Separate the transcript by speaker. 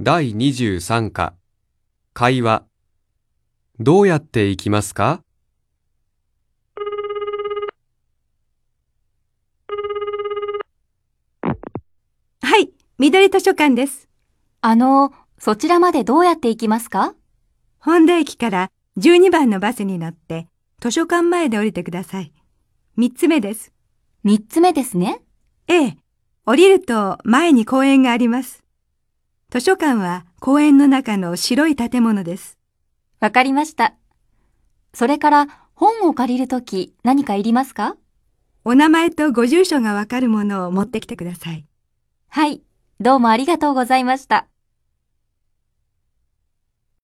Speaker 1: 第23課、会話。どうやって行きますか
Speaker 2: はい、緑図書館です。
Speaker 3: あの、そちらまでどうやって行きますか
Speaker 2: 本田駅から12番のバスに乗って、図書館前で降りてください。三つ目です。
Speaker 3: 三つ目ですね。
Speaker 2: ええ、降りると前に公園があります。図書館は公園の中の白い建物です。
Speaker 3: わかりました。それから、本を借りるとき何かいりますか
Speaker 2: お名前とご住所がわかるものを持ってきてください。
Speaker 3: はい、どうもありがとうございました。